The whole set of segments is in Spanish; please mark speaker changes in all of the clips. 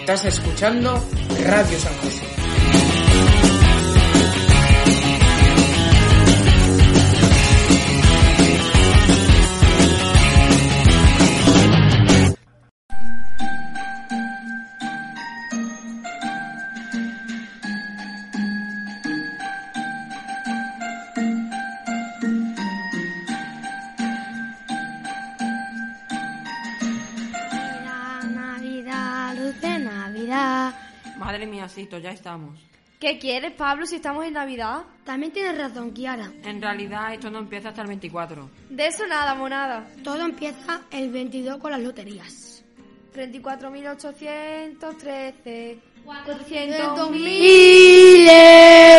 Speaker 1: Estás escuchando Radio San José.
Speaker 2: Navidad, Navidad, luz de Navidad.
Speaker 3: Madre mía, Sito, ya estamos.
Speaker 4: ¿Qué quieres, Pablo, si estamos en Navidad?
Speaker 2: También tienes razón, Kiara.
Speaker 3: En realidad, esto no empieza hasta el 24.
Speaker 4: De eso nada, monada.
Speaker 2: Todo empieza el 22 con las loterías.
Speaker 4: 34.813. 400.000.
Speaker 2: 400.000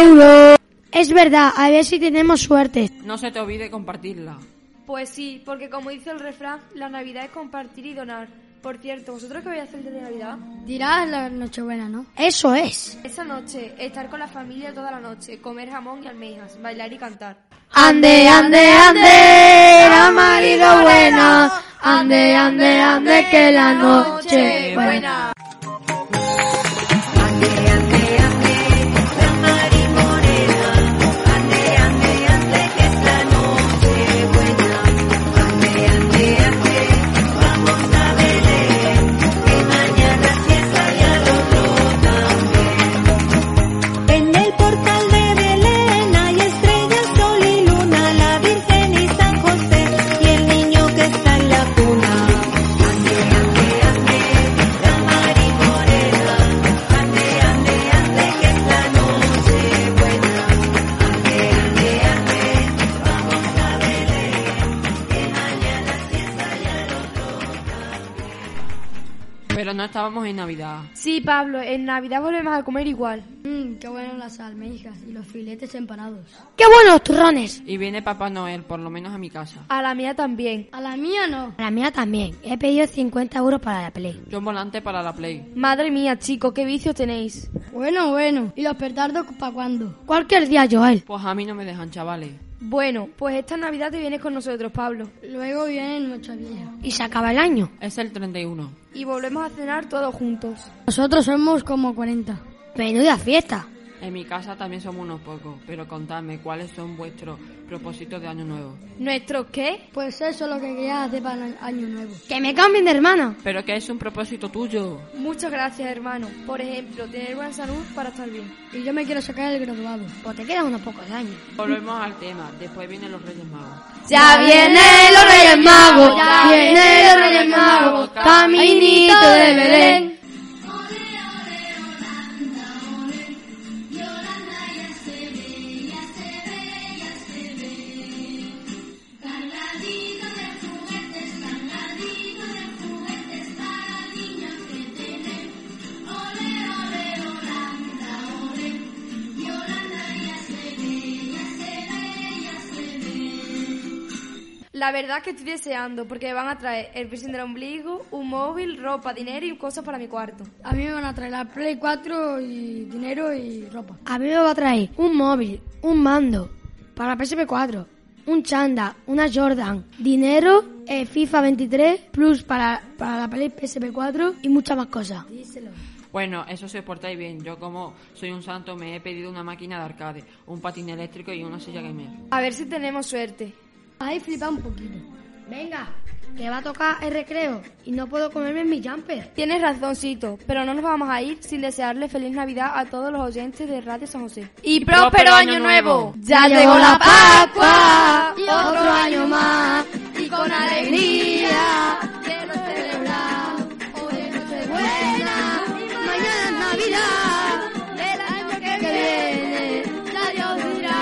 Speaker 2: euros. Es verdad, a ver si tenemos suerte.
Speaker 3: No se te olvide compartirla.
Speaker 4: Pues sí, porque como dice el refrán, la Navidad es compartir y donar. Por cierto, ¿vosotros qué vais a hacer de Navidad?
Speaker 2: Dirás la Nochebuena, ¿no? Eso es.
Speaker 4: Esa noche, estar con la familia toda la noche, comer jamón y almejas, bailar y cantar.
Speaker 2: Ande, ande, ande, la marido buena. Ande, ande, ande, que la noche buena.
Speaker 5: En el portal de Belén hay estrellas, sol y luna, la Virgen y San José y el niño que está en la cuna. Ande, ande, ande, la marimorena. Ande, ande, ande, que es la noche buena. Ande, ande, ande, vamos a Belén, que mañana fiesta ya nos
Speaker 3: Pero no estábamos en Navidad.
Speaker 4: Sí, Pablo, en Navidad volvemos a comer igual.
Speaker 6: Mmm, qué buenas las almejas y los filetes empanados.
Speaker 2: ¡Qué buenos turrones!
Speaker 3: Y viene Papá Noel, por lo menos a mi casa.
Speaker 4: A la mía también.
Speaker 6: A la mía no.
Speaker 5: La mía también. He pedido 50 euros para la play.
Speaker 3: Yo un volante para la Play.
Speaker 4: Madre mía, chicos, qué vicios tenéis.
Speaker 6: Bueno, bueno. ¿Y los petardos para cuándo?
Speaker 5: Cualquier día, Joel.
Speaker 3: Pues a mí no me dejan, chavales.
Speaker 4: Bueno, pues esta Navidad te vienes con nosotros, Pablo.
Speaker 6: Luego viene nuestra vieja.
Speaker 5: Y se acaba el año.
Speaker 3: Es el 31.
Speaker 4: Y volvemos a cenar todos juntos.
Speaker 6: Nosotros somos como 40.
Speaker 5: Menuda fiesta.
Speaker 3: En mi casa también somos unos pocos, pero contadme cuáles son vuestros propósitos de año nuevo.
Speaker 4: ¿Nuestro qué?
Speaker 6: Pues eso es lo que quería hacer para el año nuevo.
Speaker 5: Que me cambien de hermana.
Speaker 3: Pero que es un propósito tuyo.
Speaker 4: Muchas gracias, hermano. Por ejemplo, tener buena salud para estar bien.
Speaker 6: Y yo me quiero sacar el graduado.
Speaker 5: O Pues te quedan unos pocos años.
Speaker 3: Volvemos al tema, después vienen los Reyes Magos.
Speaker 2: Ya vienen los Reyes Magos, ya vienen los Reyes Magos, caminito de Belén.
Speaker 4: La verdad que estoy deseando, porque me van a traer el piercing del ombligo, un móvil, ropa, dinero y cosas para mi cuarto.
Speaker 6: A mí me van a traer la Play 4 y dinero y ropa.
Speaker 5: A mí me va a traer un móvil, un mando para PSP4, un chanda, una Jordan, dinero, eh, FIFA 23, plus para, para la Play PSP4 y muchas más cosas.
Speaker 3: Bueno, eso se portáis bien. Yo como soy un santo me he pedido una máquina de arcade, un patín eléctrico y una silla gamer.
Speaker 4: A ver si tenemos suerte.
Speaker 6: Ahí flipa un poquito.
Speaker 5: Venga, que va a tocar el recreo y no puedo comerme mi jumper.
Speaker 4: Tienes razoncito, pero no nos vamos a ir sin desearle feliz Navidad a todos los oyentes de Radio San José.
Speaker 2: Y
Speaker 3: próspero año nuevo.
Speaker 2: Ya llegó la Pascua, y otro año más, y con alegría quiero celebrar. Hoy es Nochebuena, mañana es Navidad, el año que viene, la Dios dirá.